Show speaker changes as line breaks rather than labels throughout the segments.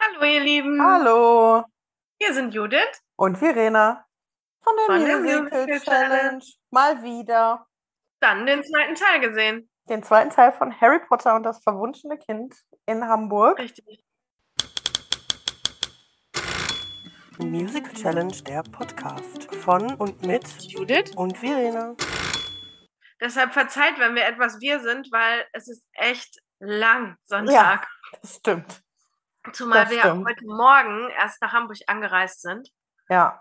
Hallo ihr Lieben.
Hallo.
Hier sind Judith.
Und Verena. Von der
Von der
Musical,
Musical
Challenge.
Challenge.
Mal wieder.
Dann den zweiten Teil gesehen.
Den zweiten Teil von Harry Potter und das verwunschene Kind in Hamburg.
Richtig.
Musical Challenge, der Podcast. Von und mit
Judith.
und Verena.
Deshalb verzeiht, wenn wir etwas wir sind, weil es ist echt lang
Ja,
Sonntag.
das stimmt.
Zumal
das
wir
stimmt.
heute Morgen erst nach Hamburg angereist sind.
Ja.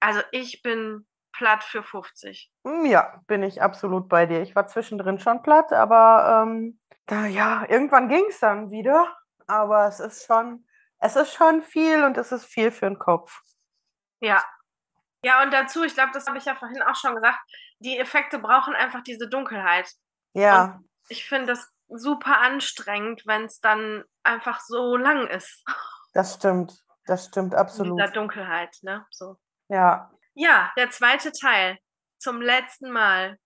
Also ich bin platt für 50.
Hm, Ja, bin ich absolut bei dir. Ich war zwischendrin schon platt, aber ähm, da, ja, irgendwann ging es dann wieder. Aber es ist schon, es ist schon viel und es ist viel für den Kopf.
Ja. Ja, und dazu, ich glaube, das habe ich ja vorhin auch schon gesagt, die Effekte brauchen einfach diese Dunkelheit.
Ja,
Ich finde das super anstrengend, wenn es dann einfach so lang ist,
das stimmt. Das stimmt
in
absolut.
dieser Dunkelheit. Ne? So.
Ja,
Ja, der zweite Teil. Zum letzten Mal.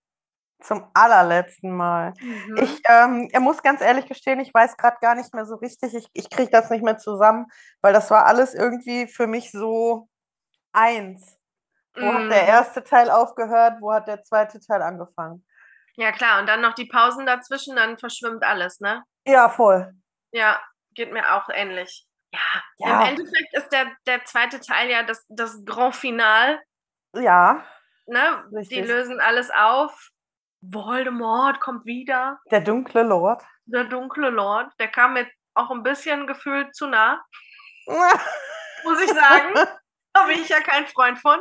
Zum allerletzten Mal.
Mhm.
Ich ähm, er muss ganz ehrlich gestehen, ich weiß gerade gar nicht mehr so richtig. Ich, ich kriege das nicht mehr zusammen, weil das war alles irgendwie für mich so eins. Wo hat der
Mm.
erste Teil aufgehört? Wo hat der zweite Teil angefangen?
ja, klar. Und dann noch die Pausen dazwischen, dann verschwimmt alles, ne?
Ja, voll.
Ja, geht mir auch ähnlich. Ja,
Ja.
im Endeffekt ist der, der zweite Teil ja das, das Grand Final,
Ja,
ne? Die
Richtig.
lösen alles auf. Voldemort kommt wieder.
der dunkle Lord.
Der dunkle Lord, der kam mir auch ein bisschen gefühlt zu nah, muss ich sagen. da bin ich ja kein Freund von.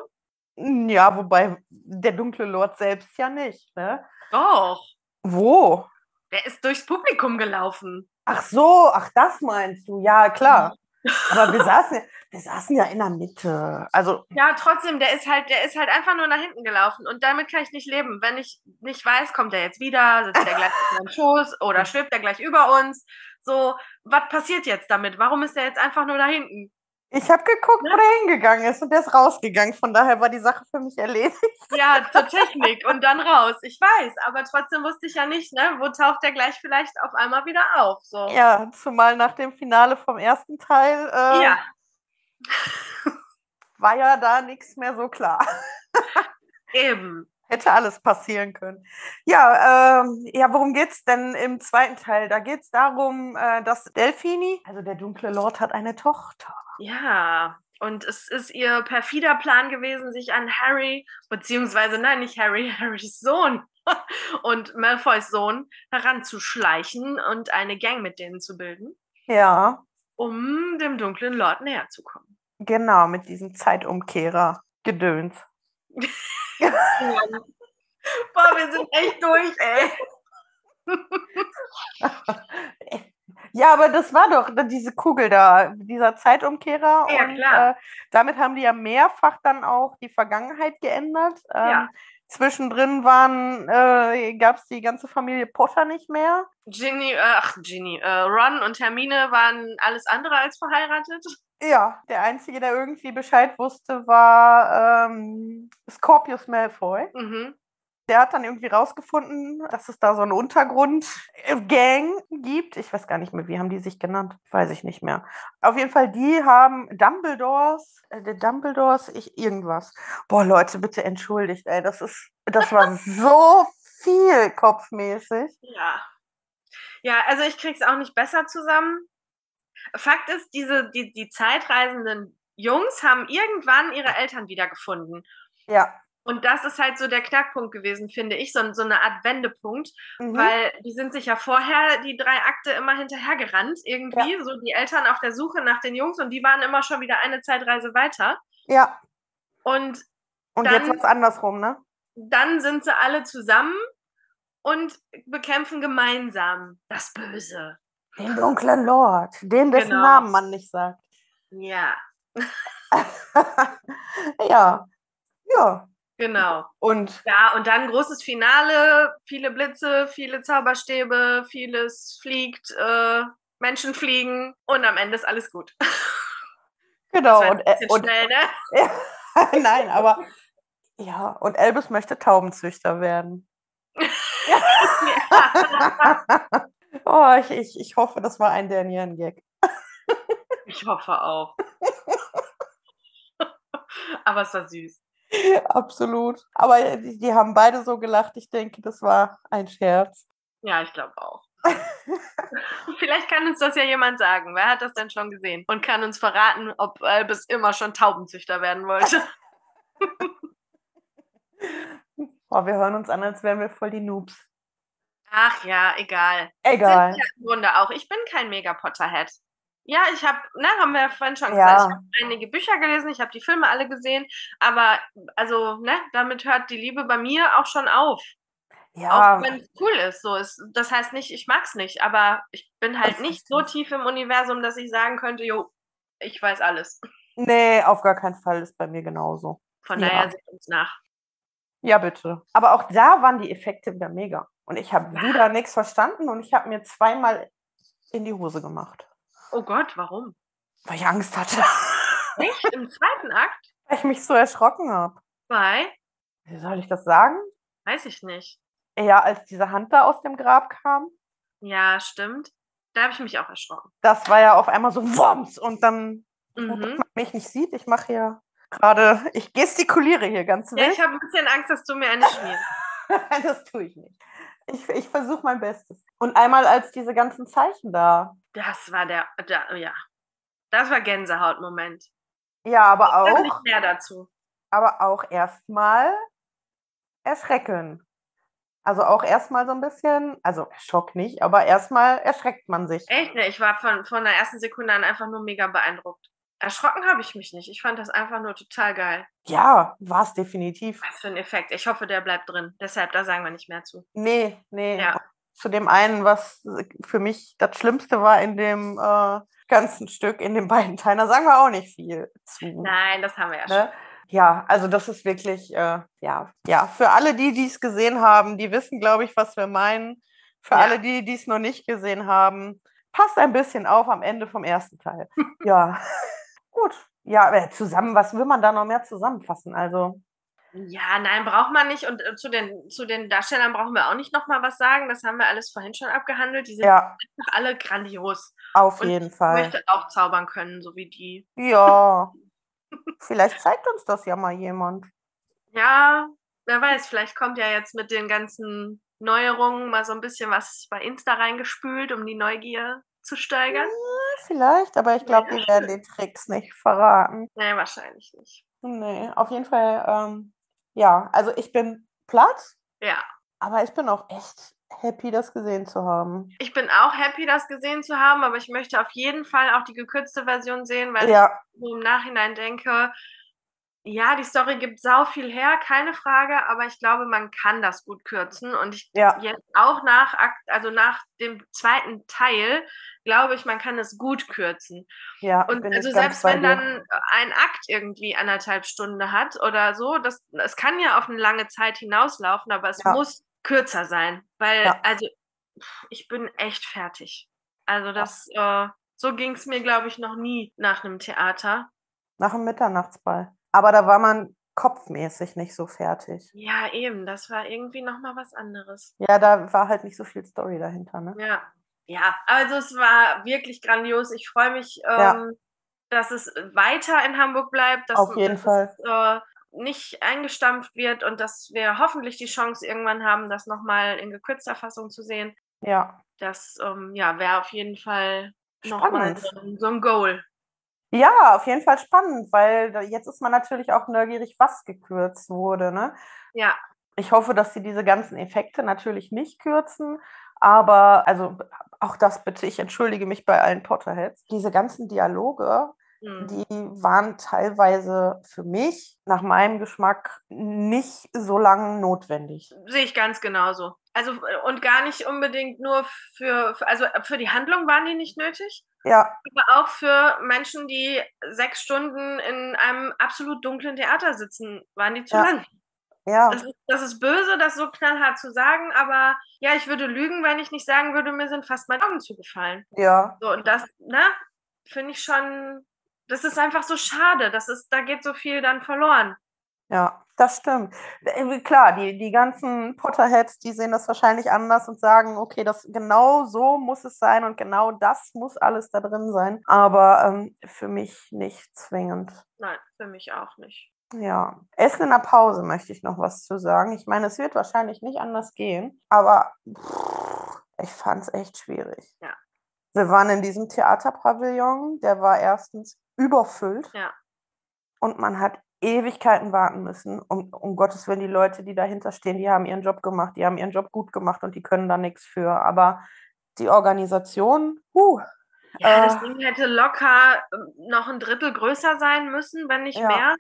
ja, wobei der dunkle Lord selbst ja nicht. Ne?
Doch,
Wo?
der ist durchs Publikum gelaufen.
Ach so, ach das meinst du? Ja, klar. Aber wir saßen, ja- wir saßen ja in der Mitte. Also
Ja, trotzdem, der ist halt, der ist halt einfach nur nach hinten gelaufen und damit kann ich nicht leben. Wenn ich nicht weiß, kommt er jetzt wieder, sitzt er gleich auf meinem Schoß oder schwebt er gleich über uns. So, was passiert jetzt damit? Warum ist er jetzt einfach nur da hinten?
Ich habe geguckt,
Ne?
wo der hingegangen ist und der ist rausgegangen. Von daher war die Sache für mich erledigt.
Ja, zur Technik und dann raus. Ich weiß, aber trotzdem wusste ich ja nicht, ne, wo taucht er gleich vielleicht auf einmal wieder auf. So.
Ja, zumal nach dem Finale vom ersten Teil äh,
ja.
war ja da nichts mehr so klar.
eben.
Hätte alles passieren können. Ja, ähm, ja, worum geht's denn im zweiten Teil? Da geht's darum, äh, dass Delfini, also der dunkle Lord, hat eine Tochter.
Ja, und es ist ihr perfider Plan gewesen, sich an Harry, beziehungsweise nein, nicht Harry, Harrys Sohn und Malfoys Sohn heranzuschleichen und eine Gang mit denen zu bilden,
Ja,
um dem dunklen Lord näher zu kommen.
genau, mit diesem Zeitumkehrer. Gedöns.
Boah, wir sind echt durch, ey.
Ja, aber das war doch da- diese Kugel da, dieser Zeitumkehrer.
Ja,
und
klar.
Äh, damit haben die ja mehrfach dann auch die Vergangenheit geändert. Ähm,
Ja.
Zwischendrin waren, äh, gab es die ganze Familie Potter nicht mehr.
Ginny, äh, ach Ginny, äh, Ron und Hermine waren alles andere als verheiratet.
Ja, der Einzige, der irgendwie Bescheid wusste, war ähm, Scorpius Malfoy.
Mhm.
Der hat dann irgendwie rausgefunden, dass es da so eine Untergrund-Gang gibt. Ich weiß gar nicht mehr, wie haben die sich genannt? Weiß ich nicht mehr. Auf jeden Fall, die haben Dumbledores, äh, der Dumbledores, ich, irgendwas. Boah, Leute, bitte entschuldigt, ey, das ist, das war so viel kopfmäßig.
Ja. Ja, also ich krieg's auch nicht besser zusammen. Fakt ist, diese, die, die zeitreisenden Jungs haben irgendwann ihre Eltern wiedergefunden.
Ja.
Und das ist halt so der Knackpunkt gewesen, finde ich, so, ein- so eine Art Wendepunkt,
Mhm.
weil die sind sich ja vorher, die drei Akte, immer hinterhergerannt irgendwie, so die Eltern auf der Suche nach den Jungs und die waren immer schon wieder eine Zeitreise weiter.
ja.
Und
Und
dann-
jetzt was andersrum, ne?
dann sind sie alle zusammen und bekämpfen gemeinsam das Böse.
Den dunklen Lord, den dessen
Genau.
Namen man nicht sagt.
Ja,
ja. Ja.
genau.
Und
Ja, und dann großes Finale, viele Blitze, viele Zauberstäbe, vieles fliegt, äh, Menschen fliegen und am Ende ist alles gut.
genau.
war
Und,
jetzt ein
äh,
bisschen
und
schnell, ne?
Nein, aber ja, und Elvis möchte Taubenzüchter werden.
Ja. ne?
oh, ich, ich, ich hoffe, das war ein Daniel-Gag.
Ich hoffe auch. Aber es war süß.
Absolut. Aber die, die haben beide so gelacht. Ich denke, das war ein Scherz.
Ja, ich glaube auch. Vielleicht kann uns das ja jemand sagen. Wer hat das denn schon gesehen? Und kann uns verraten, ob Albus immer schon Taubenzüchter werden wollte.
Boah, wir hören uns an, als wären wir voll die Noobs.
Ach ja, egal.
Egal.
Sind wir im Grunde auch. Ich bin kein Mega-Potterhead. Ja, ich habe, na, haben wir ja vorhin schon
Ja.
gesagt, ich habe einige Bücher gelesen, ich habe die Filme alle gesehen, aber also, ne, damit hört die Liebe bei mir auch schon auf.
Ja,
Auch wenn es cool ist, so ist. Das heißt nicht, ich mag's nicht, aber ich bin halt
Das
nicht
ist
so tief im Universum, dass ich sagen könnte, jo, ich weiß alles.
nee, auf gar keinen Fall ist bei mir genauso.
Von
Ja.
daher seht uns nach.
Ja, bitte. Aber auch da waren die Effekte wieder mega. Und ich habe wieder nichts verstanden und ich habe mir zweimal in die Hose gemacht,
Oh Gott, warum?
weil ich Angst hatte,
Nicht im zweiten Akt?
weil ich mich so erschrocken habe.
Bei?
Wie soll ich das sagen?
Weiß ich nicht.
Ja, als diese Hand da aus dem Grab kam,
Ja, stimmt. Da habe ich mich auch erschrocken.
das war ja auf einmal so Wumms und dann, gut, dass
Mhm.
man mich nicht sieht, ich mache hier gerade, ich gestikuliere hier ganz
Ja,
wild.
ich habe ein bisschen Angst, dass du mir eine spielst.
das tue ich nicht. Ich, ich versuche mein Bestes. Und einmal als diese ganzen Zeichen da.
Das war der, da, ja. Das war Gänsehautmoment.
Ja, aber
Sag
auch.
Nicht mehr dazu.
aber auch erstmal erschrecken. Also auch erstmal so ein bisschen, also Schock nicht, aber erstmal erschreckt man sich.
Echt, ne? Ich war von, von der ersten Sekunde an einfach nur mega beeindruckt. Erschrocken habe ich mich nicht. Ich fand das einfach nur total geil.
Ja, war es definitiv.
Was für ein Effekt. Ich hoffe, der bleibt drin. Deshalb, da sagen wir nicht mehr zu.
Nee, nee.
Ja.
Zu dem einen, was für mich das Schlimmste war in dem äh, ganzen Stück, in den beiden Teilen, da sagen wir auch nicht viel zu.
Nein, das haben wir ja schon.
Ne? Ja, also das ist wirklich, äh, ja, ja, für alle die, die es gesehen haben, die wissen, glaube ich, was wir meinen. Für
Ja.
alle die, die es noch nicht gesehen haben, passt ein bisschen auf am Ende vom ersten Teil. ja, gut. Ja, aber zusammen, was will man da noch mehr zusammenfassen? Also,
Ja, nein, braucht man nicht. Und äh, zu den, zu den Darstellern brauchen wir auch nicht nochmal was sagen. Das haben wir alles vorhin schon abgehandelt. Die sind
ja,
einfach alle grandios.
auf
Und
jeden
Ich
Fall.
möchte auch zaubern können, so wie die.
Ja. Vielleicht zeigt uns das ja mal jemand.
Ja, wer weiß, vielleicht kommt ja jetzt mit den ganzen Neuerungen mal so ein bisschen was bei Insta reingespült, um die Neugier zu steigern.
Mhm. Vielleicht, aber ich glaube,
Ja,
wir werden den Tricks nicht verraten.
Nee, wahrscheinlich nicht.
Nee, auf jeden Fall, ähm, ja, also ich bin platt,
Ja.
aber ich bin auch echt happy, das gesehen zu haben.
Ich bin auch happy, das gesehen zu haben, aber ich möchte auf jeden Fall auch die gekürzte Version sehen, weil
Ja,
ich so im Nachhinein denke, ja, die Story gibt sau viel her, keine Frage, aber ich glaube, man kann das gut kürzen. Und ich
ja,
jetzt auch nach, Akt- also nach dem zweiten Teil, glaube ich, man kann es gut kürzen.
ja.
Und
ich
also
ganz
selbst
bei
wenn
dir.
dann ein Akt irgendwie anderthalb Stunden hat oder so, das, das kann ja auf eine lange Zeit hinauslaufen, aber es
Ja.
muss kürzer sein, weil
Ja.
also pff, ich bin echt fertig. Also das, äh, so ging es mir, glaube ich, noch nie nach einem Theater.
Nach dem Mitternachtsball. Aber da war man kopfmäßig nicht so fertig.
Ja, eben, das war irgendwie nochmal was anderes.
Ja, da war halt nicht so viel Story dahinter, ne?
Ja. Ja, also es war wirklich grandios. Ich freue mich, ähm,
Ja.
dass es weiter in Hamburg bleibt, dass,
Auf jeden
dass
Fall.
äh, nicht eingestampft wird und dass wir hoffentlich die Chance irgendwann haben, das nochmal in gekürzter Fassung zu sehen.
Ja.
Das ähm, ja, wäre auf jeden Fall nochmal
Spannend.
so, ein- so ein Goal.
Ja, auf jeden Fall spannend, weil da- jetzt ist man natürlich auch neugierig, was gekürzt wurde, ne?
Ja,
Ich hoffe, dass sie diese ganzen Effekte natürlich nicht kürzen, aber also auch das bitte, ich entschuldige mich bei allen Potterheads. Diese ganzen Dialoge,
hm.
die waren teilweise für mich nach meinem Geschmack nicht so lang notwendig.
sehe ich ganz genauso. Also äh, und gar nicht unbedingt nur für, für also äh, für die Handlung waren die nicht nötig,
Ja,
aber auch für Menschen, die sechs Stunden in einem absolut dunklen Theater sitzen, waren die zu
Ja.
lang.
ja,
Das ist, das ist böse, das so knallhart zu sagen, aber ja, ich würde lügen, wenn ich nicht sagen würde, mir sind fast meine Augen zugefallen.
ja,
So, und das, ne, finde ich schon, das ist einfach so schade. Das ist, da geht so viel dann verloren.
ja. Das stimmt. Äh, Klar, die, die ganzen Potterheads, die sehen das wahrscheinlich anders und sagen, okay, das genau so muss es sein und genau das muss alles da drin sein. Aber ähm, für mich nicht zwingend.
Nein, für mich auch nicht.
Ja. Essen in der Pause möchte ich noch was zu sagen. Ich meine, es wird wahrscheinlich nicht anders gehen, aber pff, ich fand es echt schwierig.
Ja.
Wir waren in diesem Theaterpavillon, der war erstens überfüllt.
Ja.
Und man hat Ewigkeiten warten müssen. Um, um Gottes Willen, die Leute, die dahinter stehen, die haben ihren Job gemacht, die haben ihren Job gut gemacht und die können da nichts für. Aber die Organisation, huh,
Ja,
Äh.
das Ding hätte locker ähm, noch ein Drittel größer sein müssen, wenn nicht
Ja.
mehr.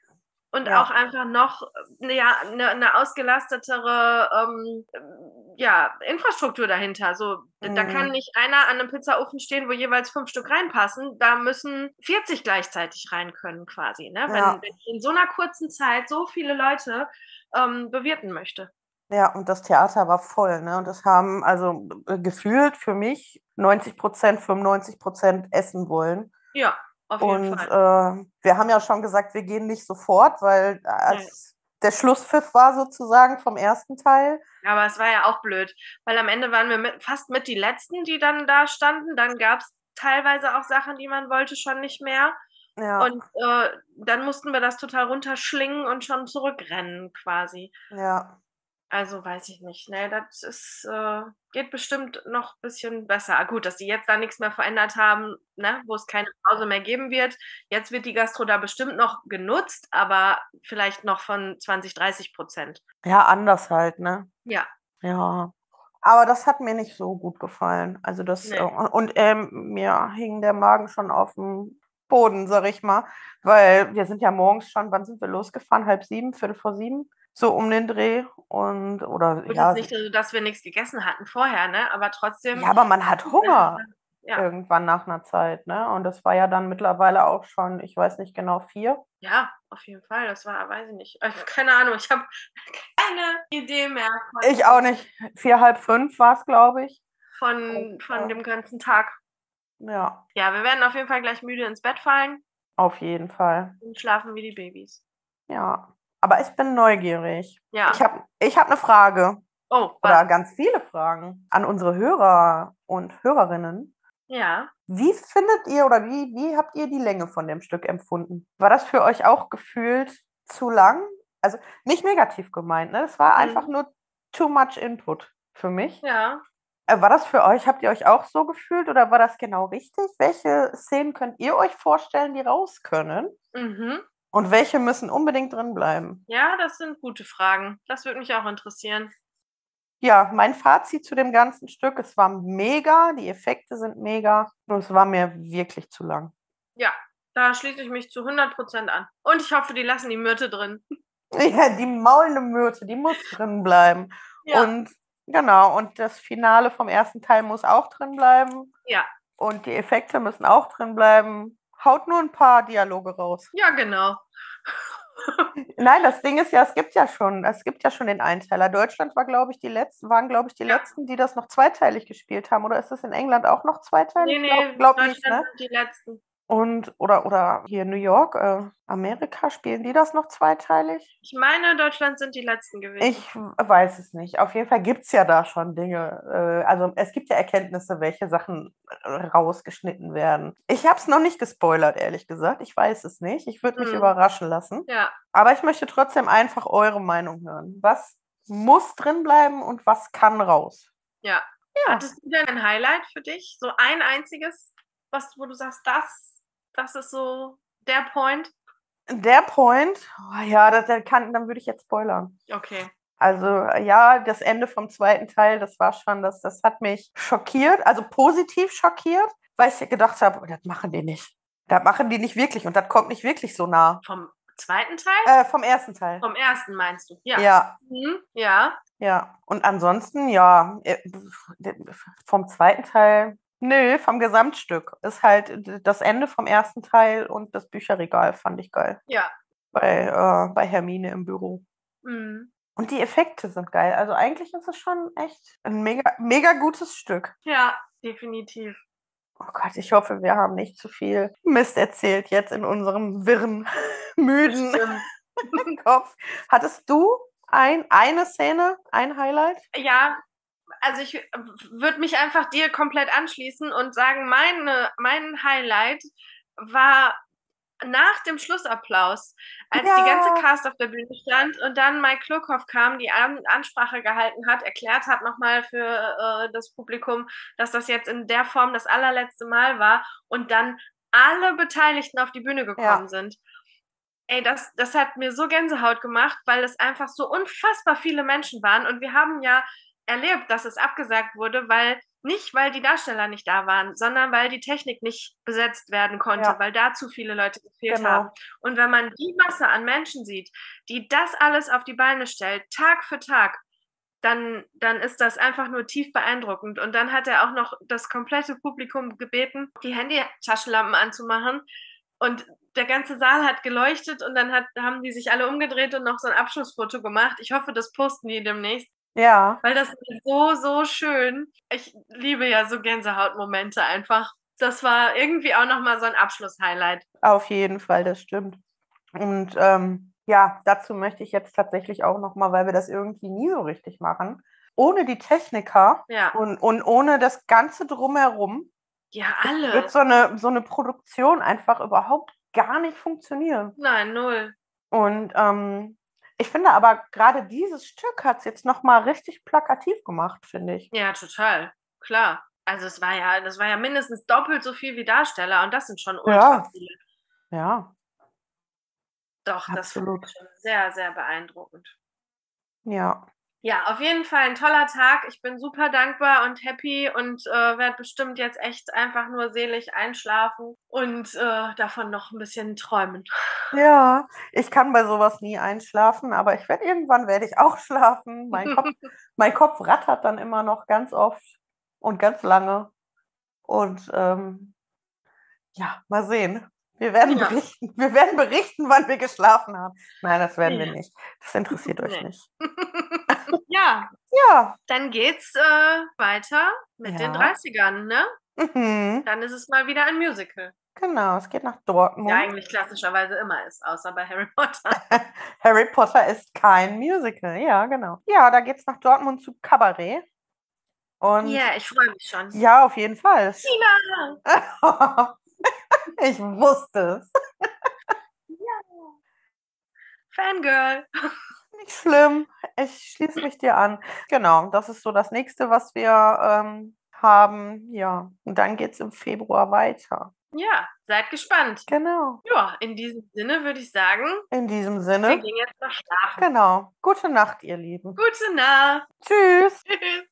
Und
Ja.
auch einfach noch äh, ja, eine, eine ausgelastetere ähm, ähm, ja, Infrastruktur dahinter. So, da- Da
Mhm.
kann nicht einer an einem Pizzaofen stehen, wo jeweils fünf Stück reinpassen. Da müssen 40 gleichzeitig rein können, quasi. Ne? Wenn,
Ja.
wenn ich in so einer kurzen Zeit so viele Leute ähm, bewirten möchte.
Ja, und das Theater war voll, ne? Und das haben also äh, gefühlt für mich 90 Prozent, 95 Prozent essen wollen.
Ja, auf jeden
Und
Fall.
äh, wir haben ja schon gesagt, wir gehen nicht sofort, weil äh, als der Schlusspfiff war sozusagen vom ersten Teil.
Aber es war ja auch blöd, weil am Ende waren wir mit, fast mit die Letzten, die dann da standen. Dann gab es teilweise auch Sachen, die man wollte, schon nicht mehr.
Ja,
Und äh, dann mussten wir das total runterschlingen und schon zurückrennen quasi.
ja.
Also weiß ich nicht. Ne, das ist, äh, geht bestimmt noch ein bisschen besser. Ah, Gut, dass die jetzt da nichts mehr verändert haben, ne, wo es keine Pause mehr geben wird. Jetzt wird die Gastro da bestimmt noch genutzt, aber vielleicht noch von 20, 30 Prozent.
Ja, anders halt, ne?
Ja.
Ja. Aber das hat mir nicht so gut gefallen. Also das,
Nee.
äh, und, und ähm, mir hing der Magen schon auf dem Boden, sag ich mal. Weil wir sind ja morgens schon, wann sind wir losgefahren? Halb sieben, Viertel vor sieben, so um den Dreh. Und oder
Gut,
ja,
ist nicht, so, dass wir nichts gegessen hatten vorher, ne? Aber trotzdem.
ja, aber man hat Hunger
Ja.
irgendwann nach einer Zeit, ne? Und das war ja dann mittlerweile auch schon, ich weiß nicht genau, vier.
Ja, auf jeden Fall. Das war, weiß ich nicht. Ich, keine Ahnung, ich habe keine Idee mehr von,
Ich auch nicht. Vier, halb fünf war es, glaube ich.
von, von dem ganzen Tag.
Ja,
Ja, wir werden auf jeden Fall gleich müde ins Bett fallen
auf jeden Fall.
und schlafen wie die Babys.
Ja. Aber ich bin neugierig.
Ja.
Ich habe ich hab eine Frage
oh,
oder
was?
ganz viele Fragen an unsere Hörer und Hörerinnen.
Ja.
Wie findet ihr oder wie, wie habt ihr die Länge von dem Stück empfunden? War das für euch auch gefühlt zu lang? Also nicht negativ gemeint, ne? Es war
Mhm.
einfach nur too much input für mich.
Ja.
Äh, War das für euch? Habt ihr euch auch so gefühlt oder war das genau richtig? Welche Szenen könnt ihr euch vorstellen, die raus können?
Mhm.
Und welche müssen unbedingt drin bleiben?
Ja, das sind gute Fragen. Das würde mich auch interessieren.
Ja, mein Fazit zu dem ganzen Stück, es war mega, die Effekte sind mega und es war mir wirklich zu lang.
Da schließe ich mich zu 100% an. Und ich hoffe, die lassen die Myrte drin.
Ja, die maulende Myrte, die muss drin bleiben.
Ja.
Und genau, und das Finale vom ersten Teil muss auch drin bleiben.
Ja.
Und die Effekte müssen auch drin bleiben. Haut nur ein paar Dialoge raus.
ja, genau.
Nein, das Ding ist ja, es gibt ja schon, es gibt ja schon den Einteiler. Deutschland war, glaube ich, die letzten, waren, glaube ich, die
Ja.
letzten, die das noch zweiteilig gespielt haben. Oder ist das in England auch noch zweiteilig?
Nee, nee,
glaub, glaub
Deutschland
nicht, ne?
sind die letzten.
Und oder oder hier New York, äh, Amerika, spielen die das noch zweiteilig?
Ich meine, Deutschland sind die letzten gewesen.
Ich weiß es nicht. Auf jeden Fall gibt es ja da schon Dinge. Äh, also es gibt ja Erkenntnisse, welche Sachen äh, rausgeschnitten werden. Ich habe es noch nicht gespoilert, ehrlich gesagt. Ich weiß es nicht. Ich würde mich
Hm.
überraschen lassen.
Ja.
Aber ich möchte trotzdem einfach eure Meinung hören. Was muss drin bleiben und was kann raus?
Ja.
Ja.
Hattest du denn ein Highlight für dich? So ein einziges, was, wo du sagst, das, das ist so der Point?
Der Point, oh ja, das, der kann, dann würde ich jetzt spoilern.
Okay.
Also äh, ja, das Ende vom zweiten Teil, das war schon, das, das hat mich schockiert, also positiv schockiert, weil ich gedacht habe, oh, das machen die nicht. Das machen die nicht wirklich und das kommt nicht wirklich so nah.
Vom zweiten Teil?
Äh, vom ersten Teil.
Vom ersten meinst du? Ja.
Ja,
Mhm. ja.
ja. Und ansonsten, ja, äh, vom zweiten Teil, nö, vom Gesamtstück ist halt das Ende vom ersten Teil und das Bücherregal fand ich geil.
Ja.
Bei, äh, bei Hermine im Büro.
Mhm.
Und die Effekte sind geil. Also eigentlich ist es schon echt ein mega, mega gutes Stück.
Ja, definitiv.
Oh Gott, ich hoffe, wir haben nicht zu viel Mist erzählt jetzt in unserem wirren, müden
Bestimmt.
im Kopf. Hattest du ein, eine Szene, ein Highlight?
Ja, also ich würde mich einfach dir komplett anschließen und sagen, meine, mein Highlight war nach dem Schlussapplaus, als
Ja.
die ganze Cast auf der Bühne stand und dann Mike Klokov kam, die An Ansprache gehalten hat, erklärt hat nochmal für äh, das Publikum, dass das jetzt in der Form das allerletzte Mal war und dann alle Beteiligten auf die Bühne gekommen sind. Ey, das, das hat mir so Gänsehaut gemacht, weil es einfach so unfassbar viele Menschen waren und wir haben ja erlebt, dass es abgesagt wurde, weil nicht, weil die Darsteller nicht da waren, sondern weil die Technik nicht besetzt werden konnte,
Ja.
weil da zu viele Leute gefehlt
Genau.
haben. Und wenn man die Masse an Menschen sieht, die das alles auf die Beine stellt, Tag für Tag, dann, dann ist das einfach nur tief beeindruckend. Und dann hat er auch noch das komplette Publikum gebeten, die Handy-Taschenlampen anzumachen. Und der ganze Saal hat geleuchtet und dann hat, haben die sich alle umgedreht und noch so ein Abschlussfoto gemacht. Ich hoffe, das posten die demnächst.
Ja.
Weil das ist so, so schön. Ich liebe ja so Gänsehautmomente einfach. Das war irgendwie auch nochmal so ein Abschluss-Highlight.
Auf jeden Fall, das stimmt. Und ähm, ja, dazu möchte ich jetzt tatsächlich auch nochmal, weil wir das irgendwie nie so richtig machen, ohne die Techniker
Ja.
und, und ohne das Ganze drumherum
Ja,
wird
alle.
so eine, so eine Produktion einfach überhaupt gar nicht funktionieren.
Nein, null.
Und ähm, ich finde aber gerade dieses Stück hat es jetzt nochmal richtig plakativ gemacht, finde ich.
Ja, total. Klar. Also es war ja, das war ja mindestens doppelt so viel wie Darsteller und das sind schon ultra
Ja.
viele.
Ja,
Doch, das finde
Absolut.
ich schon sehr, sehr beeindruckend.
ja.
Ja, auf jeden Fall ein toller Tag. Ich bin super dankbar und happy und äh, werde bestimmt jetzt echt einfach nur selig einschlafen und äh, davon noch ein bisschen träumen.
Ja, ich kann bei sowas nie einschlafen, aber ich werde irgendwann werde ich auch schlafen. Mein Kopf, mein Kopf rattert dann immer noch ganz oft und ganz lange. Und ähm, ja, mal sehen. Wir werden,
Ja.
berichten. wir werden berichten, wann wir geschlafen haben. Nein, das werden wir
Ja.
nicht. Das interessiert euch
Nee.
nicht.
ja,
Ja.
dann geht's äh, weiter mit den
Ja.
30ern, ne?
Mhm.
Dann ist es mal wieder ein Musical.
Genau, es geht nach
Ja,
Dortmund.
eigentlich klassischerweise immer ist, außer bei Harry Potter.
Harry Potter ist kein Musical. Ja, genau. Ja, da geht es nach Dortmund zu Kabarett. Und
Ja, ich freue mich schon.
ja, auf jeden Fall. Es
Tina!
ich wusste es.
Fangirl!
Nicht schlimm. Ich schließe mich dir an. Genau, das ist so das nächste, was wir ähm, haben. Ja, und dann geht es im Februar weiter.
Ja, seid gespannt.
Genau.
Ja, in diesem Sinne würde ich sagen,
In diesem
wir
Sinne.
gehen jetzt noch schlafen.
Genau. Gute Nacht, ihr Lieben.
Gute Nacht!
Tschüss.
Tschüss!